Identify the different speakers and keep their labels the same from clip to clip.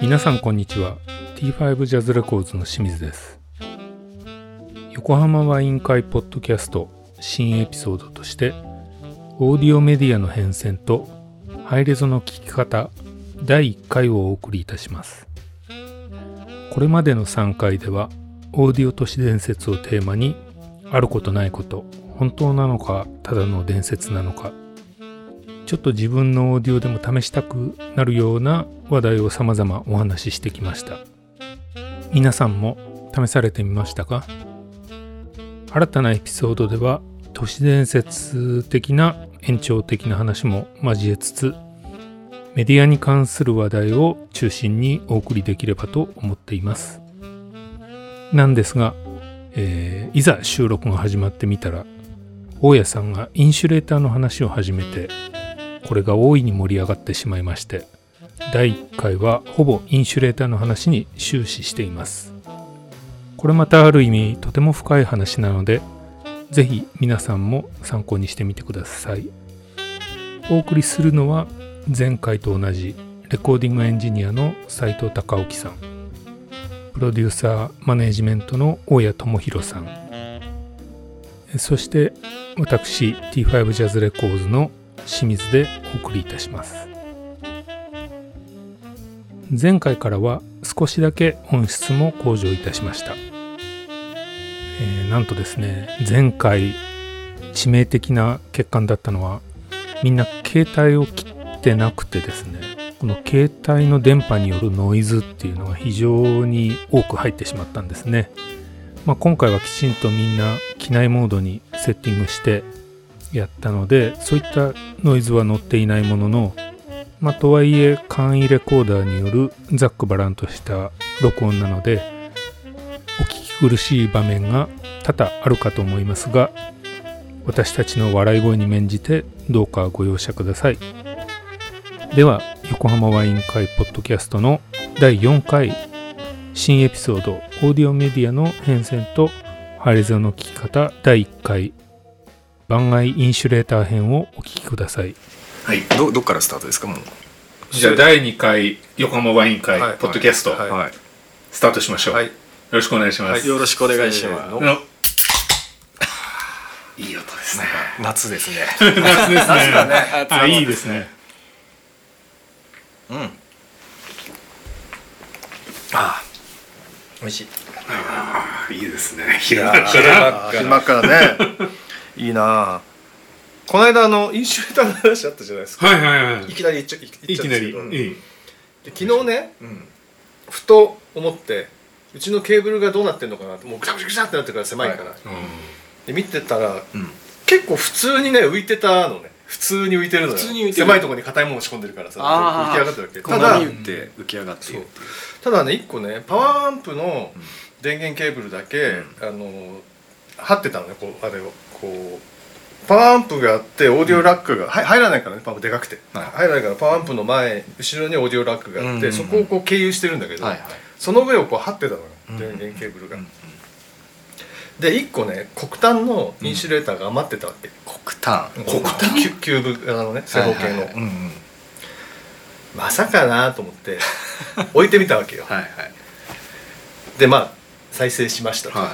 Speaker 1: 皆さんこんにちは T5 ジャズレコーズの清水です横浜ワイン会ポッドキャスト新エピソードとしてオーディオメディアの変遷とハイレゾの聞き方第1回をお送りいたしますこれまでの3回ではオーディオ都市伝説をテーマにあることないこと本当なのかただの伝説なのかちょっと自分のオーディオでも試したくなるような話題を様々お話ししてきました皆さんも試されてみましたか新たなエピソードでは都市伝説的な延長的な話も交えつつメディアに関する話題を中心にお送りできればと思っていますなんですが、えーいざ収録が始まってみたら大家さんがインシュレーターの話を始めてこれが大いに盛り上がってしまいまして第1回はほぼインシュレーターの話に終始していますこれまたある意味とても深い話なのでぜひ皆さんも参考にしてみてくださいお送りするのは前回と同じレコーディングエンジニアの斉藤隆興さんプロデューサーマネージメントの大谷智弘さんそして私 T5 ジャズレコーズの清水でお送りいたします前回からは少しだけ音質も向上いたしました、えーなんとですね前回致命的な欠陥だったのはみんな携帯を切ってなくてですねこの携帯の電波によるノイズっていうのが非常に多く入ってしまったんですね、まあ、今回はきちんとみんな機内モードにセッティングしてやったのでそういったノイズは乗っていないもののまあ、とはいえ簡易レコーダーによるざっくばらんとした録音なのでお聞き苦しい場面が多々あるかと思いますが私たちの笑い声に免じてどうかご容赦くださいでは横浜ワイン会ポッドキャストの第4回新エピソードオーディオメディアの変遷とハレゾの聞き方第1回番外インシュレーター編をお聞きください
Speaker 2: はい、どどっからスタートですかもう
Speaker 1: じゃあ第2回横浜ワイン会
Speaker 3: はい
Speaker 1: ポッドキャスト
Speaker 3: はい
Speaker 2: はい
Speaker 1: スタートしましょう、
Speaker 3: はい
Speaker 1: よろしくお願いします、
Speaker 2: よろしくお願いし
Speaker 3: せ
Speaker 2: ま
Speaker 3: ー
Speaker 2: す
Speaker 3: の
Speaker 1: のいい音ですね
Speaker 2: 夏ですね
Speaker 1: 夏ですね
Speaker 2: 夏
Speaker 1: あいいですね
Speaker 2: うんあ美味しい
Speaker 1: いいですね昼
Speaker 2: や
Speaker 1: 間か
Speaker 2: 昼
Speaker 1: ら
Speaker 2: 間から
Speaker 3: 今からねいいなあこの間あの飲酒下手の話あったじゃないですか
Speaker 1: はいはいはい
Speaker 3: いきなり言っちゃい
Speaker 1: い
Speaker 3: 言っ
Speaker 1: き
Speaker 3: ちゃうん
Speaker 1: な
Speaker 3: です
Speaker 1: り、
Speaker 3: けどうん
Speaker 1: いい
Speaker 3: で昨日ね
Speaker 2: うん
Speaker 3: ふと思ってうちのケーブルがどうなってんのかなってもうぐちゃぐちゃぐちゃってなってるから狭いから、で見てたら
Speaker 2: うん
Speaker 3: 結構普通にね浮いてたのね普通に浮いてるのよ
Speaker 2: 普通に浮いてる
Speaker 3: 狭いところに硬いものを仕込んでるからさ浮
Speaker 2: あ
Speaker 3: き
Speaker 2: ー
Speaker 3: 上がってるわけ
Speaker 2: た
Speaker 3: た
Speaker 2: だ
Speaker 3: だ
Speaker 2: 打って浮き上がっているっていう
Speaker 3: ただね一個ねパワーアンプの電源ケーブルだけ、あの張ってたのねこうあれをこうパワーアンプがあってオーディオラックが、はい入らないからねパワーアンプでかくて、
Speaker 2: はい
Speaker 3: 入らないからパワーアンプの前後ろにオーディオラックがあって、
Speaker 2: うんうんうん
Speaker 3: そこをこう経由してるんだけど、
Speaker 2: はいはい
Speaker 3: その上をこう張ってたのよ
Speaker 2: うん
Speaker 3: 電源ケーブルが、
Speaker 2: うんうん
Speaker 3: で一個ね黒炭のインシュレーターが余ってたわけ、
Speaker 2: 黒炭
Speaker 3: 黒炭キュキューブあのね正方形
Speaker 2: は
Speaker 3: の、
Speaker 2: いはいはいうんうん
Speaker 3: まさかなと思って置いてみたわけよ、
Speaker 2: はい
Speaker 3: でまあ再生しましたと、
Speaker 2: は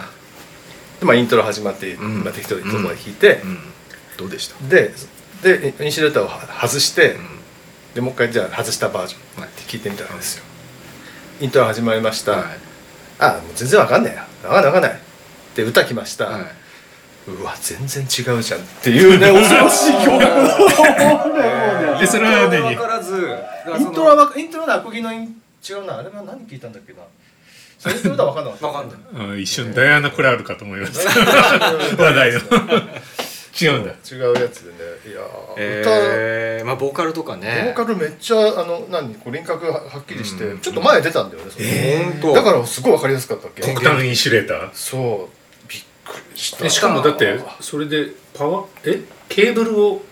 Speaker 2: い
Speaker 3: でまあ、イントロ始まって、
Speaker 2: うん
Speaker 3: まあ、適当に一まで弾いて
Speaker 2: う、んどうでした
Speaker 3: ででインシュレーターをは外して、
Speaker 2: ん
Speaker 3: でもう一回じゃあ外したバージョン
Speaker 2: はい
Speaker 3: って聞いてみたんですよ、イントロ始まりました、
Speaker 2: はい
Speaker 3: あもう全然わかんないなわかんないわかんないで歌来ました、
Speaker 2: はいう
Speaker 3: わ全然違うじゃんって いうね恐ろしい驚愕の
Speaker 1: えそれは何
Speaker 2: 分からずだから
Speaker 3: イ
Speaker 2: その
Speaker 3: ントロはイントロのアコギのイン違うなあれは何聞いたんだっけなそれイントロだわかんなかった
Speaker 2: わかん ない
Speaker 1: うん一瞬ダイアナ・クラールかと思いました話題の違うんだ
Speaker 3: 違うやつでねいやー、
Speaker 2: えーまあボーカルとか
Speaker 3: 歌ボ
Speaker 2: ね
Speaker 3: ーカルめっちゃあの何こう輪郭がははっきりして、
Speaker 2: うん
Speaker 3: ちょっと前出たんだよね、それ
Speaker 2: えーほんと
Speaker 3: だからすごいわかりやすかったっけ
Speaker 1: 黒炭インシュレーター
Speaker 3: そうびっくりした
Speaker 1: えしかもだってそれでパワーえケーブルを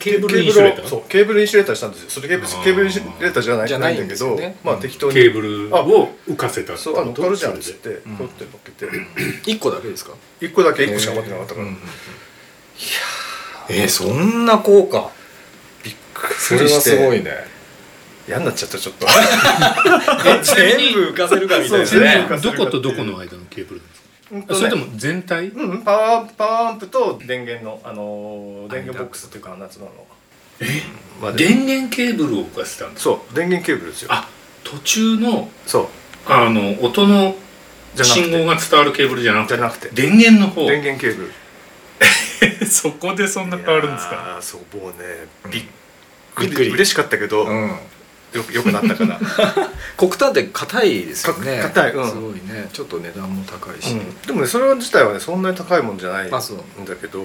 Speaker 1: ケーブル
Speaker 3: ケ
Speaker 1: イン
Speaker 3: ー
Speaker 1: シュ
Speaker 3: ブ
Speaker 1: レ
Speaker 3: ル
Speaker 1: ータ
Speaker 3: を
Speaker 1: ー
Speaker 3: そうケーブルインシュレーターしたんですよそれケーブ
Speaker 1: あー
Speaker 3: ルケーブルインシュレーターじゃない
Speaker 2: じゃ
Speaker 3: な
Speaker 2: ないい
Speaker 3: ん
Speaker 2: ん
Speaker 3: だけ
Speaker 2: です
Speaker 3: ど、
Speaker 2: よね
Speaker 3: まあ適当に
Speaker 1: ケーブルを浮かせたって
Speaker 3: そ
Speaker 1: こ
Speaker 3: うあ
Speaker 1: と
Speaker 3: 乗っかるじゃんっ
Speaker 1: そ
Speaker 3: つっ
Speaker 1: れで
Speaker 3: て
Speaker 2: ん
Speaker 3: ポって乗っけて、
Speaker 2: 一個だけですか
Speaker 3: 一個だけ一個しか余ってなかったから、
Speaker 2: うんうんうんいやーえーそんな効果
Speaker 3: びっく
Speaker 2: そ
Speaker 3: り
Speaker 2: れは
Speaker 3: して
Speaker 2: すごいね
Speaker 3: 嫌になっちゃったちょっと
Speaker 2: 全部浮かせるかみたい
Speaker 3: そう全部浮
Speaker 2: な
Speaker 3: か
Speaker 2: ね
Speaker 3: せ
Speaker 1: ど
Speaker 3: るか
Speaker 1: こ
Speaker 3: って
Speaker 1: と
Speaker 3: いう
Speaker 1: どこの間のケーブルなんですか
Speaker 3: うんと
Speaker 1: あ
Speaker 3: ね
Speaker 1: それとも全体
Speaker 3: うんうんパワーパワーアンプと電源のあのー電源ボックスっていうか夏のあのまで
Speaker 1: 電源ケーブルを浮かせたんです
Speaker 3: そう電源ケーブルですよ
Speaker 1: あ途中の
Speaker 3: そう
Speaker 1: あの音の
Speaker 3: じゃなくて
Speaker 1: 信号が伝わるケーブルじゃな
Speaker 3: じ
Speaker 1: く
Speaker 3: ゃ
Speaker 1: て
Speaker 3: なくて
Speaker 1: 電源の方
Speaker 3: 電源ケーブル
Speaker 1: そこでそんな変わるんですか
Speaker 3: ああそうもうねびっ
Speaker 2: びっ
Speaker 3: く
Speaker 2: く
Speaker 3: り
Speaker 2: り
Speaker 3: 嬉しかったけど、よ
Speaker 2: うん
Speaker 3: くよくなっ たから
Speaker 2: 黒炭って硬いですよね
Speaker 3: か硬いうん
Speaker 2: すごいねちょっと値段も高いし、
Speaker 3: うんでもねそれ自体はねそんなに高いもんじゃないんだ
Speaker 2: あそう
Speaker 3: けど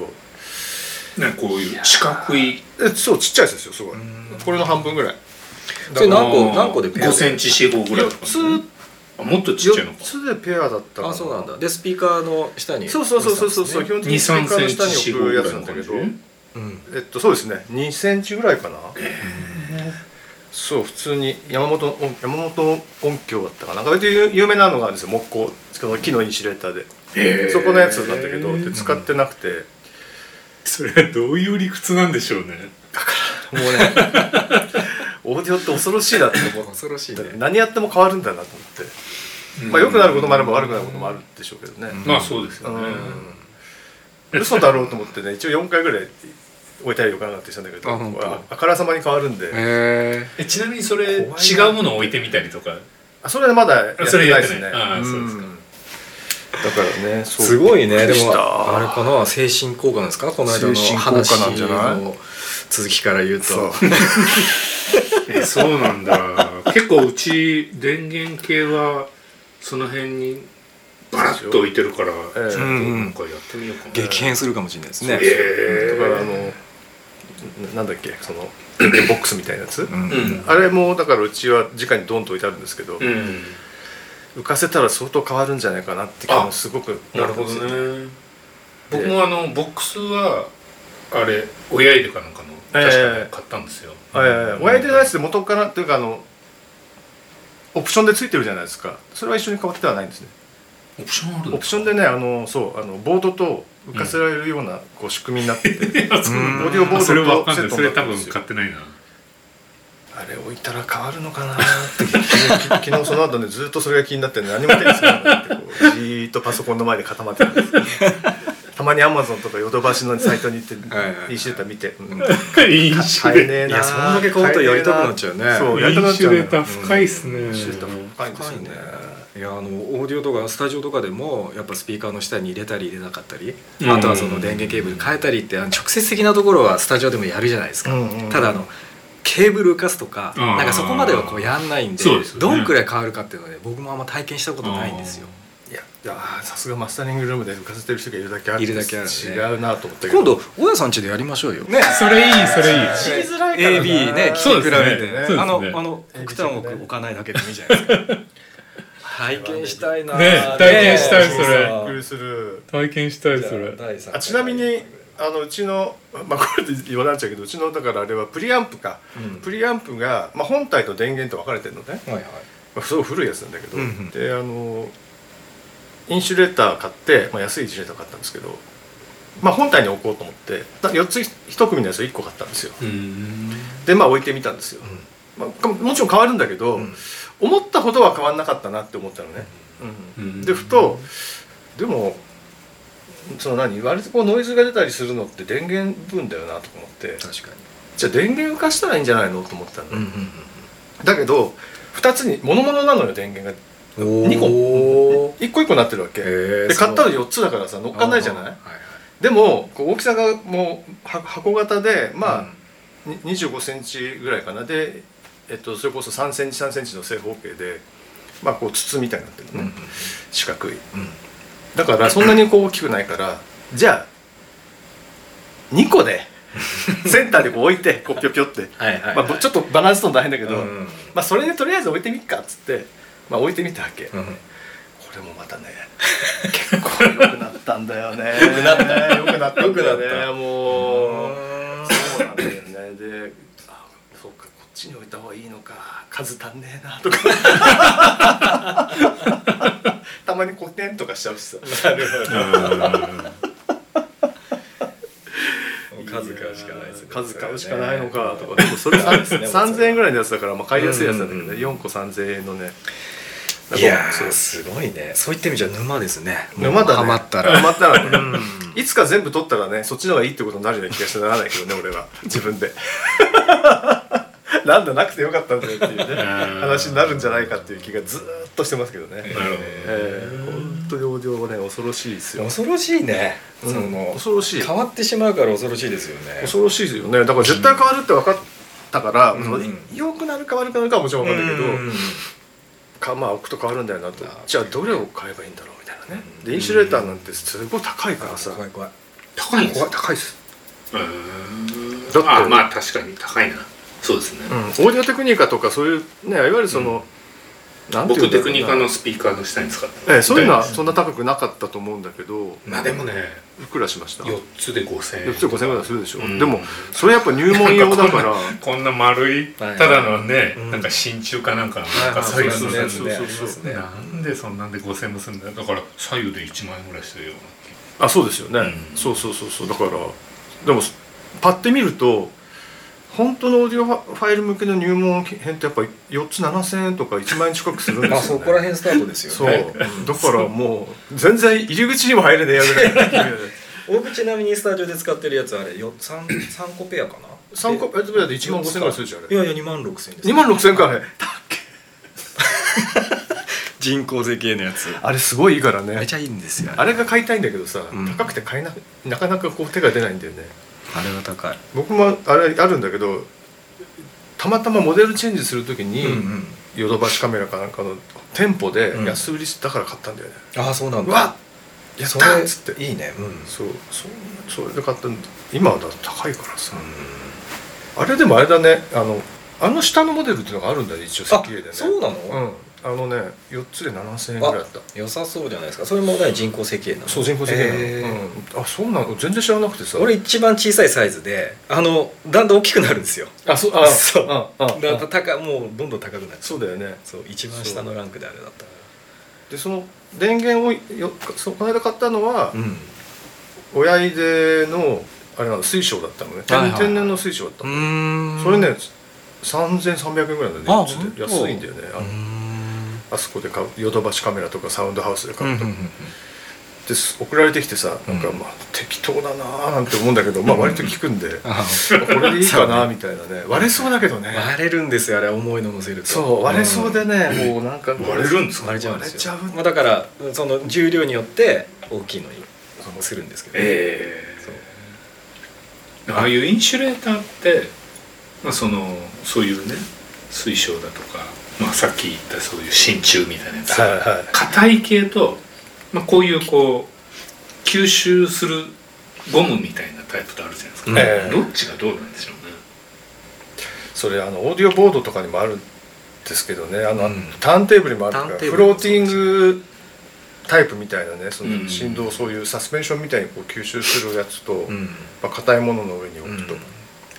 Speaker 1: ねこういう四角い
Speaker 3: えそうちっちゃいやつですよすごい
Speaker 2: うん
Speaker 3: これの半分ぐらい
Speaker 2: それ何個
Speaker 1: あの
Speaker 2: 何個でペア
Speaker 1: 5センチ四方ぐらいとか
Speaker 3: 4
Speaker 1: あもっと
Speaker 3: つ
Speaker 1: ちっちゃいの
Speaker 3: 4
Speaker 1: か
Speaker 3: つでペアだったか
Speaker 2: あそうなんだでスピーカーの下に
Speaker 3: そうそうそうそうそうそう、基
Speaker 2: う
Speaker 3: 本的
Speaker 1: 2
Speaker 3: にスピー
Speaker 1: 3
Speaker 3: カー
Speaker 1: セ
Speaker 3: の
Speaker 1: ン
Speaker 3: 下
Speaker 1: チ
Speaker 3: に
Speaker 1: 四
Speaker 3: 置
Speaker 1: 方ぐら
Speaker 3: くや
Speaker 1: い
Speaker 3: つ
Speaker 1: の
Speaker 3: なんだ
Speaker 1: 感
Speaker 3: け
Speaker 1: じ
Speaker 3: どえっとそうですね2センチぐらいかな、そう普通に山本音山本音響だったかななんか別に有名なのがあるんですよ木工その木のインシュレーターで、
Speaker 1: へー
Speaker 3: そこのやつなんだけどで使ってなくて、
Speaker 1: それはどういう理屈なんでしょうね
Speaker 2: もうね
Speaker 3: オーディオって恐ろしいなって思っ
Speaker 2: 恐ろしいね
Speaker 3: て何やっても変わるんだなと思って、まあ良くなることもあれば悪くなることもあるでしょうけどね、
Speaker 2: うん
Speaker 1: まあそうですよね
Speaker 3: うん、嘘だろうと思ってね一応4回ぐらい置いたり予感があってしたんだけど
Speaker 2: あ本当
Speaker 3: ああからさまに変わるんで、
Speaker 2: へ
Speaker 1: えちなみにそれ違
Speaker 3: 怖いな
Speaker 1: うものを置いてみたりとか
Speaker 3: あそれまだやって
Speaker 1: それ
Speaker 3: な
Speaker 1: やっ
Speaker 3: いで
Speaker 1: て
Speaker 3: すね
Speaker 1: ないああそうですか
Speaker 3: んだからね
Speaker 2: えすごいね
Speaker 3: で
Speaker 2: で
Speaker 3: も
Speaker 2: もあれかな精神効果なんですかこの間の
Speaker 3: 精神効果
Speaker 2: 話
Speaker 3: なんじゃない
Speaker 2: の続きから言う
Speaker 3: そ
Speaker 2: と
Speaker 3: う
Speaker 1: えそうなんだ結構うち電源系はその辺にバラッと置いてるから
Speaker 3: ええ
Speaker 1: ちょっとなんかやってみようかな
Speaker 2: 激変するかもしれないです
Speaker 1: え
Speaker 2: ね
Speaker 3: だ
Speaker 1: え
Speaker 3: からあのななんだっけその電源ボックスみたいなや
Speaker 2: う
Speaker 3: つ、
Speaker 2: ん
Speaker 1: うん
Speaker 3: あれもだからうちは直にドンと置いてあるんですけど、
Speaker 1: うん
Speaker 3: 浮かせたら相当変わるんじゃないかなって気もすごく
Speaker 1: なるほどね僕もあのボックスはあれ親入れかなんかの
Speaker 3: ええ
Speaker 1: 確かに買ったんですよ
Speaker 3: ええ親指のやつで元からというかあのオプションでついてるじゃないですかそれは一緒に変わってはないんですね
Speaker 1: オプションある
Speaker 3: オプションでねあのそうあのボードと浮かせられるようなこう仕組みになってて、
Speaker 1: あそうなんだ
Speaker 3: オーディオボードと
Speaker 1: あそれはわかんない
Speaker 3: セッ
Speaker 1: そ
Speaker 3: ト
Speaker 1: れ
Speaker 3: になって
Speaker 1: 多
Speaker 3: るんで
Speaker 1: 分
Speaker 3: すよ
Speaker 1: 買って ないな
Speaker 3: あれ置いたら変わるのかなって昨 日昨日その後ねずっとそれが気になって何も手につかなくなってこうじーっとパソコンの前で固まってたんですけどたまにアマゾンとかヨドバシのサイトに行って
Speaker 2: はいはいはい
Speaker 3: E シューター見て、うん、
Speaker 1: いい
Speaker 3: 買えねえない
Speaker 2: やそんだけ買うとやりたくなっちゃうね
Speaker 3: そう
Speaker 1: イ
Speaker 3: やりたくな
Speaker 1: ン
Speaker 3: っち
Speaker 1: シ
Speaker 3: ゃ
Speaker 1: ュ
Speaker 3: う
Speaker 1: レーター深いっすね、
Speaker 3: インシュレーターも深いんですよね
Speaker 2: いやあのオーディオとかスタジオとかでもやっぱスピーカーの下に入れたり入れなかったり
Speaker 1: うん
Speaker 2: あとはその電源ケーブル変えたりってあの直接的なところはスタジオでもやるじゃないですか、
Speaker 3: うんうん
Speaker 2: ただあのケーブル浮かすとか
Speaker 1: あー
Speaker 2: なんかそこまではこうやんないんで
Speaker 1: そうですよね
Speaker 2: どんくらい変わるかっていうので僕もあんま体験したことないんですよ
Speaker 3: いやいやさすがマスタリングルームで浮かせてる人がいるだけある
Speaker 2: いるだけあるね
Speaker 3: 違うなと思ったけど
Speaker 2: 今度大家さん家でやりましょうよ
Speaker 3: ね
Speaker 1: それいいそれいい
Speaker 3: 知りづらいからな
Speaker 2: AB ね
Speaker 1: そ
Speaker 2: 聞
Speaker 1: う
Speaker 2: き
Speaker 1: で
Speaker 2: 比
Speaker 1: すね
Speaker 2: べ
Speaker 1: そう
Speaker 2: てね
Speaker 1: ですね
Speaker 2: あのあの奥多摩を置かないだけでもいいじゃないです か体験したいな
Speaker 1: ね体験したいそれ
Speaker 3: びっくりする
Speaker 1: 体験したいそれ
Speaker 3: あちなみにあのうちの まあこれって言われちゃうけどうちのだからあれはプリアンプか、
Speaker 2: うん
Speaker 3: プリアンプが、まあ、本体と電源と分かれてるのね、
Speaker 2: はいはい
Speaker 3: まあ、すごい古いやつなんだけど、
Speaker 2: うんうん
Speaker 3: であのインシュレーター買って、まあ、安いインシュレーター買ったんですけど、まあ、本体に置こうと思って4つ1組のやつを1個買ったんですよ
Speaker 1: うん
Speaker 3: でまあ置いてみたんですよ、まあか、もちろん変わるんだけど、
Speaker 2: ん
Speaker 3: 思ったほどは変わんなかったなって思ったのね、
Speaker 1: うん
Speaker 3: でふとでもその何割とこうノイズが出たりするのって電源分だよなとか思って
Speaker 2: 確かに
Speaker 3: じゃあ電源浮かしたらいいんじゃないのと思ったの、
Speaker 2: う
Speaker 3: だけど2つに物々なのよ電源が
Speaker 2: んうんうん、
Speaker 3: 2個
Speaker 2: おー
Speaker 3: 1個1個になってるわけ、
Speaker 2: へー
Speaker 3: で買った
Speaker 2: そ
Speaker 3: の
Speaker 2: う
Speaker 3: 4つだからさ乗っかんないじゃ
Speaker 2: あー
Speaker 3: な
Speaker 2: はいい
Speaker 3: でもこう大きさがもうは箱型でまあ、
Speaker 2: うん
Speaker 3: に25センチぐらいかなで、えっと、それこそ3センチ3センチの正方形で、まあ、こう筒みたいになってるのね、
Speaker 2: うんうん
Speaker 3: 四角い、
Speaker 2: ん
Speaker 3: だからそんなにこう大きくないからじゃあ2 個でセンターでこう置いてこうピョピョって、
Speaker 2: はいはいはい
Speaker 3: まあ、ぼちょっとバランスと大変だけど、
Speaker 2: うん
Speaker 3: まあ、それでとりあえず置いてみっかっつって、まあ、置いてみたわけ、こ
Speaker 2: うん
Speaker 3: れもまたね 結構良くなったんだよね良くなった良くなった
Speaker 2: 良くなった
Speaker 3: ねもうそうなんだよねちに置いた方がいいのか数足んねえなとか たまにコテンとかしちゃうしさ
Speaker 2: 数買うしかないですね
Speaker 3: 数買うしかないのかとか、
Speaker 2: ね
Speaker 3: でもそれ
Speaker 2: そうです ね
Speaker 3: 3000円ぐらいのやつだから、まあ、買いやすいやつなんだけどね、
Speaker 2: うんうん
Speaker 3: 4個3000円のね
Speaker 2: いや
Speaker 3: そう
Speaker 2: ーすごいねそういった意味じゃ沼ですね
Speaker 3: 沼だね
Speaker 2: もうハマったら
Speaker 3: ハマったら ね
Speaker 2: うん
Speaker 3: いつか全部取ったらねそっちの方がいいってことになるような気がしてならないけどね俺 は自分でなんだなくてよかったんだよっていうね話になるんじゃないかっていう気がずーっとしてますけどね、
Speaker 2: なるほど
Speaker 3: えー、本当にオーディオはね恐ろしいですよ、
Speaker 2: 恐ろしいね、
Speaker 3: うん
Speaker 2: その
Speaker 3: 恐ろしい
Speaker 2: 変わってしまうから恐ろしいですよね
Speaker 3: 恐ろしいですよねだから絶対変わるって分かったから、
Speaker 2: うん
Speaker 3: その良くなるか悪くなるかはもちろん分かるけど、
Speaker 2: うん
Speaker 3: かまあ置くと変わるんだよなと
Speaker 2: あー
Speaker 3: じゃあどれを買えばいいんだろうみたいなね
Speaker 2: うん
Speaker 3: でインシュレーターなんてすごい高いからさ
Speaker 2: 怖い怖い
Speaker 3: 高い高い高いです
Speaker 4: だってあまあ確かに高いなそうですね、
Speaker 3: うん、オーディオテクニカとかそういうねいわゆるその、なんていうん
Speaker 4: 僕テ
Speaker 3: だろうな
Speaker 4: クニカのスピーカーの下に使って
Speaker 3: ええそういうのはそんな高くなかったと思うんだけど
Speaker 4: まあでもね
Speaker 3: いくらしました
Speaker 4: 4つで5000円
Speaker 3: 4つで5000円ぐらいするでしょ、
Speaker 4: うん
Speaker 3: でもそれやっぱ入門用だから
Speaker 4: こんな丸い
Speaker 2: はい
Speaker 4: ただのね、
Speaker 2: うん
Speaker 4: なんか真鍮かなんかの
Speaker 2: は
Speaker 4: ないん
Speaker 2: は
Speaker 4: か
Speaker 2: い
Speaker 4: サイズ
Speaker 3: そう
Speaker 4: の
Speaker 3: そう
Speaker 4: やつ
Speaker 3: そう
Speaker 4: で
Speaker 3: そうそう
Speaker 2: ね
Speaker 4: なんでそんなんで5000円もするんだよだから左右で1万円ぐらいしてるよ
Speaker 3: あそうですよね、
Speaker 4: うん
Speaker 3: そうそうそうそうだからでもパッて見ると本当のオーディオファファイル向けの入門編ってやっぱ4つ7000円とか1万円近くするんですよ、ね、
Speaker 2: まあそこら辺スタートです
Speaker 3: そ
Speaker 2: よ
Speaker 3: う
Speaker 2: ね
Speaker 3: だからもう全然入り口にも入れねえやぐらいの勢いで
Speaker 2: 僕ちなみにスタジオで使ってるやつあれよ三三個ペアかな
Speaker 3: 3個えだって1万5000円ぐらいするじゃんあ
Speaker 2: い
Speaker 3: れ
Speaker 2: やいや2万6千円です
Speaker 3: 2万6000円かあれ
Speaker 2: 人工税系のやつ
Speaker 3: あれすごいいいからね
Speaker 2: めちゃいいんですよ
Speaker 3: あれが買いたいんだけどさ、
Speaker 2: うん
Speaker 3: 高くて買えなくなかなかこう手が出ないんだよね
Speaker 2: あれは高い
Speaker 3: 僕もあれあるんだけどたまたまモデルチェンジする時
Speaker 2: うんう
Speaker 3: に
Speaker 2: ん
Speaker 3: ヨドバシカメラかなんかの店舗で
Speaker 2: うん
Speaker 3: 安売りしたから買ったんだよね、
Speaker 2: ああそうなん
Speaker 3: う
Speaker 2: だ
Speaker 3: わっやっ
Speaker 2: そ
Speaker 3: た
Speaker 2: れ
Speaker 3: っつって
Speaker 2: いいねうん
Speaker 3: そうそうそれで買ったんだ今はだと高いからさ、あれでもあれだねあのあの下のモデルっていうのがあるんだね一応設
Speaker 2: あ
Speaker 3: 計でね
Speaker 2: そうな
Speaker 3: う
Speaker 2: の
Speaker 3: んあのね4つで7000円ぐらいだった
Speaker 2: 良さそうじゃないですかそれもね人工設計なの
Speaker 3: そう人工的なの、
Speaker 2: へー
Speaker 3: うん、あそうなの全然知らなくてさ
Speaker 2: 俺一番小さいサイズであのだんだん大きくなるんですよ
Speaker 3: あそうあ
Speaker 2: そう
Speaker 3: ああ
Speaker 2: だから高もうどんどん高くなる
Speaker 3: そうだよね
Speaker 2: そう一番下のランクであれだったか
Speaker 3: でその電源をよそうこの間買ったのは
Speaker 2: ら、うん
Speaker 3: 親入れのあれなの水晶だったのね、天
Speaker 2: はいはい
Speaker 3: 天然の水晶だったの、
Speaker 2: う
Speaker 3: それね3300円ぐらいなんだよね
Speaker 2: あ
Speaker 3: ちょっと
Speaker 2: 本当
Speaker 3: 安いんだよねあ
Speaker 2: う
Speaker 3: の
Speaker 2: ん
Speaker 3: あそこで買うヨドバシカメラとかサウンドハウスで買うと、
Speaker 2: うんうんうん
Speaker 3: です送られてきてさなんか
Speaker 2: うん
Speaker 3: まあ適当だなーなんて思うんだけど、まあ割と聞くんで、 ま
Speaker 2: あ
Speaker 3: あこれでいいかなーみたいなね割れそうだけどね
Speaker 2: 割れるんですよあれ重いの乗せると
Speaker 3: そう割れそうでね、もうなんか
Speaker 4: 割れるんです
Speaker 2: うん
Speaker 4: か
Speaker 2: 割れちゃうんですよ
Speaker 3: 割れちゃう
Speaker 2: まあ、だからその重量によって大きいのにするんですけど、
Speaker 4: ええああいうインシュレーターって、まあ、そのそういうね水晶だとか、まあ、さっき言ったそういう真鍮みたいなやつ、
Speaker 3: はいはい
Speaker 4: 硬い系と、まあ、こういうこう吸収するゴムみたいなタイプとあるじゃないですか、
Speaker 2: うん
Speaker 3: ええ
Speaker 4: どっちがどうなんでしょうね
Speaker 3: それあのオーディオボードとかにもあるんですけどねあの、
Speaker 2: うん
Speaker 3: ターンテーブルにもあるか
Speaker 2: ター
Speaker 3: ら
Speaker 2: ンテー
Speaker 3: フ
Speaker 2: ブル
Speaker 3: ロ
Speaker 2: も
Speaker 3: ーティングタイプみたいなねそ
Speaker 4: うん
Speaker 3: の振動をそういうサスペンションみたいにこう吸収するやつと、
Speaker 2: うん
Speaker 3: まあ硬いものの上に置くと、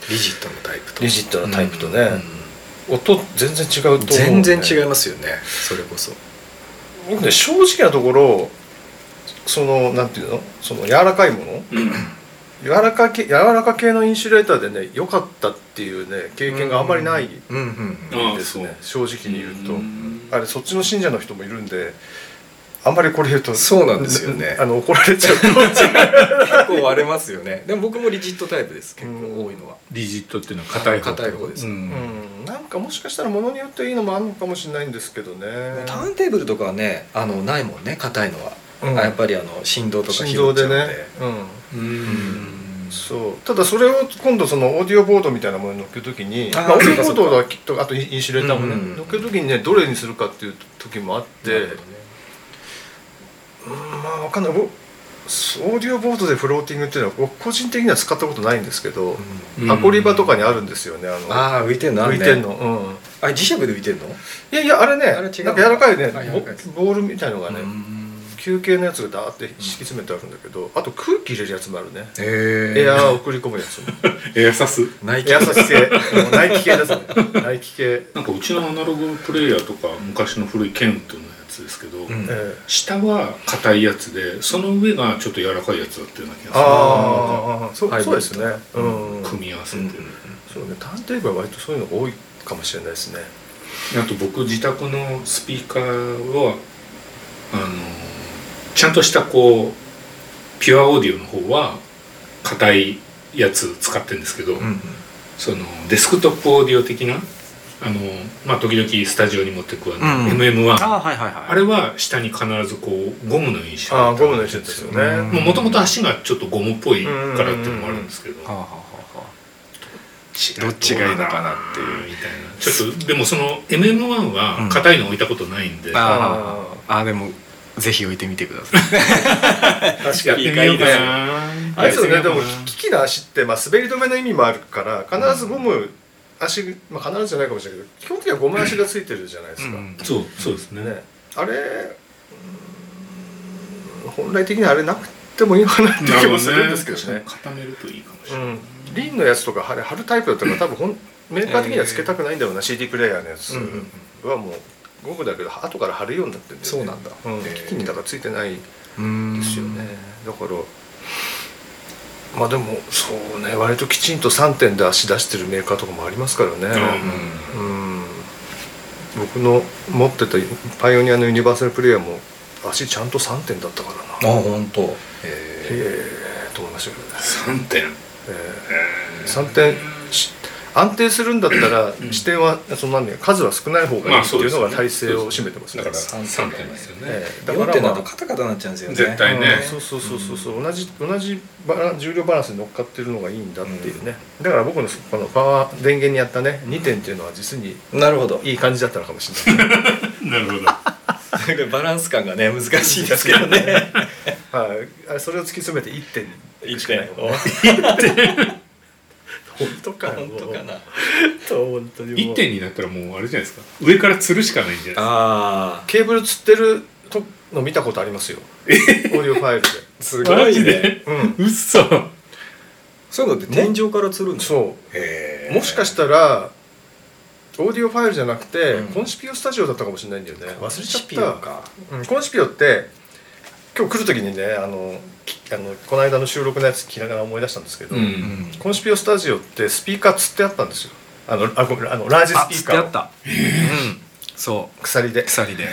Speaker 2: リジットのタイプと
Speaker 3: リジットのタイプとね
Speaker 2: う
Speaker 3: 音全然違うと思うん
Speaker 2: 全
Speaker 3: ね
Speaker 2: 然違いますよねそれこそ
Speaker 3: 僕ね正直なところそのなんていうのその柔らかいもの柔らか系柔らか系のインシュレーターでね良かったっていうね経験があんまりない
Speaker 2: うんうん
Speaker 4: ああ
Speaker 3: です
Speaker 4: そう
Speaker 3: ね、正直に言うと、
Speaker 4: ん
Speaker 3: あれそっちの信者の人もいるんであんまりこれ言うと
Speaker 2: そうなんですよね
Speaker 3: あの怒られちゃ うと思っちゃ
Speaker 2: 結
Speaker 3: う
Speaker 2: 構割れますよねでも僕もリジットタイプです結構多いのは
Speaker 4: リジットっていうのは硬い方
Speaker 2: 硬い方です
Speaker 4: うん
Speaker 3: うんなんかもしかしたらものによっていいのもあるのかもしれないんですけどね
Speaker 2: ターンテーブルとかはねあのないもんね硬いのは、
Speaker 3: うん
Speaker 2: あやっぱりあの振動とか拾っ
Speaker 3: 振
Speaker 2: ちゃう
Speaker 3: 動
Speaker 2: んで
Speaker 3: でね、うん
Speaker 4: うん
Speaker 3: そうただそれを今度そのオーディオボードみたいなものに乗っけるときに
Speaker 2: あー
Speaker 3: まあオーディオ
Speaker 2: そうかそう
Speaker 3: ボー
Speaker 2: か
Speaker 3: ドはきっとあとインインシュレーターもね、
Speaker 2: うんうんうん
Speaker 3: 乗っけるときにねどれにするかっていう時もあって、
Speaker 2: な
Speaker 3: う
Speaker 2: る
Speaker 3: ん
Speaker 2: ほどね
Speaker 3: まあわかんない僕オーディオボードでフローティングっていうのは僕個人的には使ったことないんですけど、
Speaker 4: うん
Speaker 3: アコリバとかにあるんですよねあの
Speaker 2: ああ浮いてんのあ
Speaker 3: 浮
Speaker 2: る
Speaker 3: い
Speaker 2: ね
Speaker 3: てんの、うん、
Speaker 2: あれ磁石で浮いてんの
Speaker 3: いやいやあれね
Speaker 2: あれ違う
Speaker 3: なんか柔らかいね
Speaker 2: あ柔らかいです
Speaker 3: ボボールみたいのがね、
Speaker 2: うん
Speaker 3: 吸球形のやつがダーって敷き詰めてあるんだけど、あと空気入れるやつもあるね、
Speaker 2: え
Speaker 3: エアーを送り込むやつ も
Speaker 1: エアサス
Speaker 2: ナイキ
Speaker 3: エア差し系もうナイキ系です ねナイキ系、え
Speaker 1: なんかうちのアナログプレイヤーとか昔の古いケンウッドのやつですけど、
Speaker 2: うん
Speaker 3: え
Speaker 1: 下は硬いやつでその上がちょっと柔らかいやつだったような気がする
Speaker 3: ああそ
Speaker 2: ハイブ
Speaker 3: そう
Speaker 2: リッド
Speaker 3: ですねうん、
Speaker 1: 組み合わせて、
Speaker 2: うん
Speaker 3: そうねターンテーブルは割とそういうのが多いかもしれないですね
Speaker 1: あと僕自宅のスピーカーはあのちゃんとしたこうピュアオーディオの方は硬いやつ使ってるんですけど、
Speaker 2: うん
Speaker 1: そのデスクトップオーディオ的なあの、まあ、時々スタジオに持ってくあの、
Speaker 2: うん
Speaker 1: MM1
Speaker 2: あーはいはいはい
Speaker 1: あれは下に必ずこうゴムの印象
Speaker 3: ああゴムの一種ですよね、
Speaker 2: うん
Speaker 1: もともと足がちょっとゴムっぽいからっていうのもあるんですけど
Speaker 2: はあはあはあは
Speaker 1: ど
Speaker 2: どっちがいいのかなっていう
Speaker 1: みたいなちょっとでもその MM1 は硬いの置いたことないんで、
Speaker 2: ああーあーでもぜひ置いてみてください
Speaker 3: 確
Speaker 1: や
Speaker 3: か
Speaker 1: っ
Speaker 3: に
Speaker 1: てみようかな
Speaker 3: あれですよ
Speaker 1: やっ
Speaker 3: ね
Speaker 1: てみ
Speaker 3: でも
Speaker 1: ようかな
Speaker 3: 機器の足って、まあ、滑り止めの意味もあるから必ずゴム足、まあ、必ずじゃないかもしれないけど基本的にはゴム足がついてるじゃないですか、
Speaker 2: うん
Speaker 1: そうそうですね
Speaker 3: ねあれうーん本来的にはあれなくてもいいのかなって気もするんですけどね
Speaker 1: 固めるといいかもし
Speaker 3: う
Speaker 1: れない、
Speaker 3: んリンのやつとかあれ貼るタイプだったから多分ほんメーカー的にはつけたくないんだろうな、CD プレイヤーのやつ
Speaker 2: うんうん
Speaker 3: はもうゴムだけど後から貼るようになってるんだよね
Speaker 2: そうなんだ
Speaker 3: うん、
Speaker 2: へえ
Speaker 3: 機器にだからついてない
Speaker 2: うん
Speaker 3: ですよね、だからまあでもそうね割ときちんと3点で足出してるメーカーとかもありますからねうん、僕の持ってたパイオニアのユニバーサルプレイヤーも足ちゃんと3点だったからな
Speaker 2: あ本当
Speaker 3: へ
Speaker 2: へえ
Speaker 3: えと思いましたけどね、
Speaker 1: 3点
Speaker 3: えー、3点し安定するんだったら視点はその何ね数は少ない方がいいっていうのが体勢を占めてますね
Speaker 1: だから
Speaker 2: 三点
Speaker 1: 3点ですよね、
Speaker 3: ええだ
Speaker 2: 4
Speaker 3: から
Speaker 2: 点だ
Speaker 3: ま
Speaker 2: と
Speaker 3: あ
Speaker 2: カタカタになっちゃうんですよね
Speaker 1: 絶対ね
Speaker 2: うん
Speaker 3: そうそうそうそうそう同じ同じバラン重量バランスに乗っかってるのがいいんだっていうね、だから僕のそこのパワー電源にやったね2点っていうのは実に
Speaker 2: なるほど
Speaker 3: いい感じだったのかもしれ ない、
Speaker 1: なるほど
Speaker 2: バランス感がね難しいですけど ね
Speaker 3: はい、あれそれを突き詰めて1点にしかないもんね 本当かよ
Speaker 2: 本当か
Speaker 3: もう
Speaker 2: な
Speaker 3: 本当にも
Speaker 1: 1
Speaker 3: う
Speaker 1: 点になったらもうあれじゃないですか上から吊るしかないんじゃない
Speaker 2: あ
Speaker 3: ケーブルつってるとの見たことありますよオーディオファイルで、
Speaker 2: あす
Speaker 1: ですか
Speaker 2: ご
Speaker 1: マ
Speaker 2: い
Speaker 1: ジ
Speaker 2: ね
Speaker 1: で
Speaker 3: うん、
Speaker 1: うっそ
Speaker 2: そういうのって天井から吊るんです
Speaker 3: そう
Speaker 2: へ
Speaker 3: もしかしたらオーディオファイルじゃなくて、
Speaker 2: うん
Speaker 3: コンシピオスタジオだったかもしれないんだよね忘れちゃった
Speaker 2: シピオか
Speaker 3: うん、コンシピオって今日来る時にねあのきあのこの間の収録のやつ聞きながら思い出したんですけど、
Speaker 1: うん
Speaker 2: うん
Speaker 3: コンシピオスタジオってスピーカーつってあったんですよあのあごめんあのラージ
Speaker 2: あ
Speaker 3: スピ
Speaker 2: つっ
Speaker 3: ー
Speaker 2: てあ
Speaker 3: カ
Speaker 2: っ
Speaker 3: ーを
Speaker 2: たうんそ
Speaker 3: 鎖
Speaker 2: う
Speaker 3: で
Speaker 2: 鎖で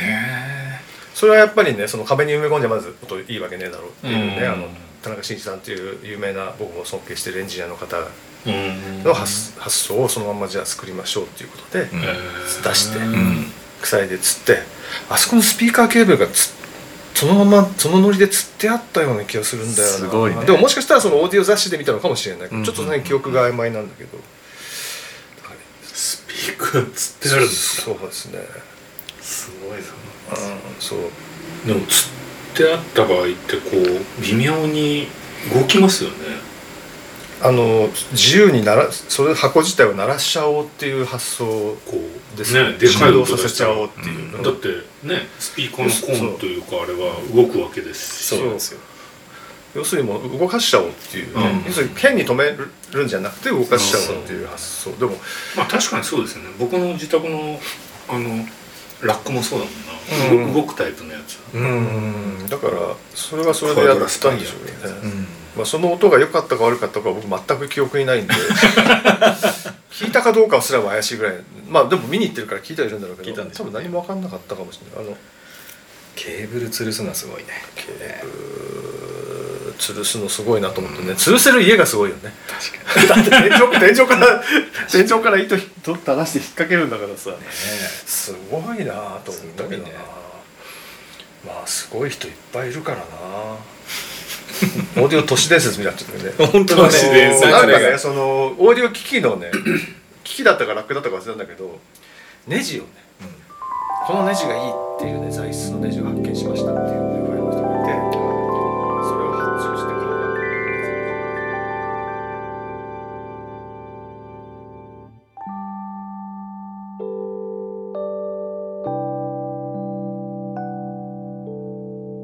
Speaker 3: それはやっぱりねその壁に埋め込んでまず音いいわけねえだろうっていうね、
Speaker 1: うん
Speaker 3: あの田中伸一さんっていう有名な僕も尊敬してるエンジニアの方
Speaker 1: うん
Speaker 3: の発,、発想をそのままじゃあ作りましょうっていうことで、
Speaker 2: ん
Speaker 3: 出して
Speaker 1: うん
Speaker 3: 鎖で釣ってあそこのスピーカーケーブルがつそのままそのノリで釣ってあったような気がするんだよな
Speaker 2: すごいね
Speaker 3: でももしかしたらそのオーディオ雑誌で見たのかもしれない、
Speaker 2: うんうんうん
Speaker 3: ちょっとね記憶が曖昧なんだけど
Speaker 1: スピーカー吊ってあるんですか
Speaker 3: そうですね、
Speaker 1: すごいな
Speaker 3: うん、そう
Speaker 1: でも釣ってあった場合ってこう微妙に動きますよね
Speaker 3: あの自由にならそれ箱自体を鳴らしちゃおうっていう発想
Speaker 1: こう
Speaker 3: ですね
Speaker 1: でかい
Speaker 3: 振動
Speaker 1: 音
Speaker 3: さ
Speaker 1: 出
Speaker 3: せ
Speaker 1: し
Speaker 3: ち
Speaker 1: た
Speaker 3: ゃ
Speaker 1: ら
Speaker 3: おうっていう、
Speaker 1: だってねスピーカーのコーンというかあれは動くわけですし
Speaker 3: そうなんですよ要するにもう動かしちゃおうっていう、ね
Speaker 1: うん
Speaker 3: 要するに変に止めるんじゃなくて動かしちゃおうっていう発想でも
Speaker 1: まあ確かにそうですよね僕の自宅のあのラックもそうだもんな、
Speaker 3: うん
Speaker 1: 動動くタイプのやつ
Speaker 3: うんだからそれはそれでやったんでしょうね、
Speaker 2: うん
Speaker 3: まあ、その音が良かったか悪かったかは僕全く記憶に ないんで聞いたかどうかすらも怪しいぐらいまあでも見に行ってるから聞いてはいるんだろうけ
Speaker 2: 聞いた
Speaker 3: ど、
Speaker 2: んでし
Speaker 3: 多
Speaker 2: ょうね
Speaker 3: 分何も分かんなかったかもしれないあの
Speaker 2: ケーブル吊るすのはすごいね
Speaker 3: ケーブル吊るすのすごいなと思ってね、吊るせる家がすごいよね
Speaker 2: 確か
Speaker 3: だって天井天井から天井から糸取ったらして引っ掛けるんだからさ
Speaker 2: に
Speaker 3: すごいなと思ったけ
Speaker 2: すごい
Speaker 3: どな、
Speaker 2: ね
Speaker 3: まあすごい人いっぱいいるからなオーディオ都市伝説みたいになっちゃったよね
Speaker 2: 本当
Speaker 3: あ
Speaker 2: だ
Speaker 3: の
Speaker 2: ね
Speaker 1: 都市伝説
Speaker 3: なんか
Speaker 2: それ
Speaker 3: ね
Speaker 2: が
Speaker 3: そのオーディオ機器の ね機器だったかラックだったか忘れたんだけどネジをね、このネジがいいっていうね材質のネジを発見しましたっていうねファイルの人がいてそれを発注して買うわけ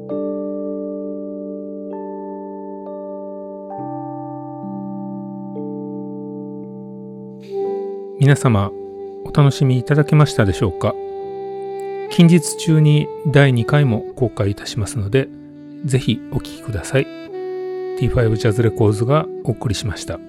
Speaker 5: 「
Speaker 6: 皆様お楽しみいただけましたでしょうか近日中に第2回も公開いたしますのでぜひお聴きください T5 ジャズレコーズがお送りしました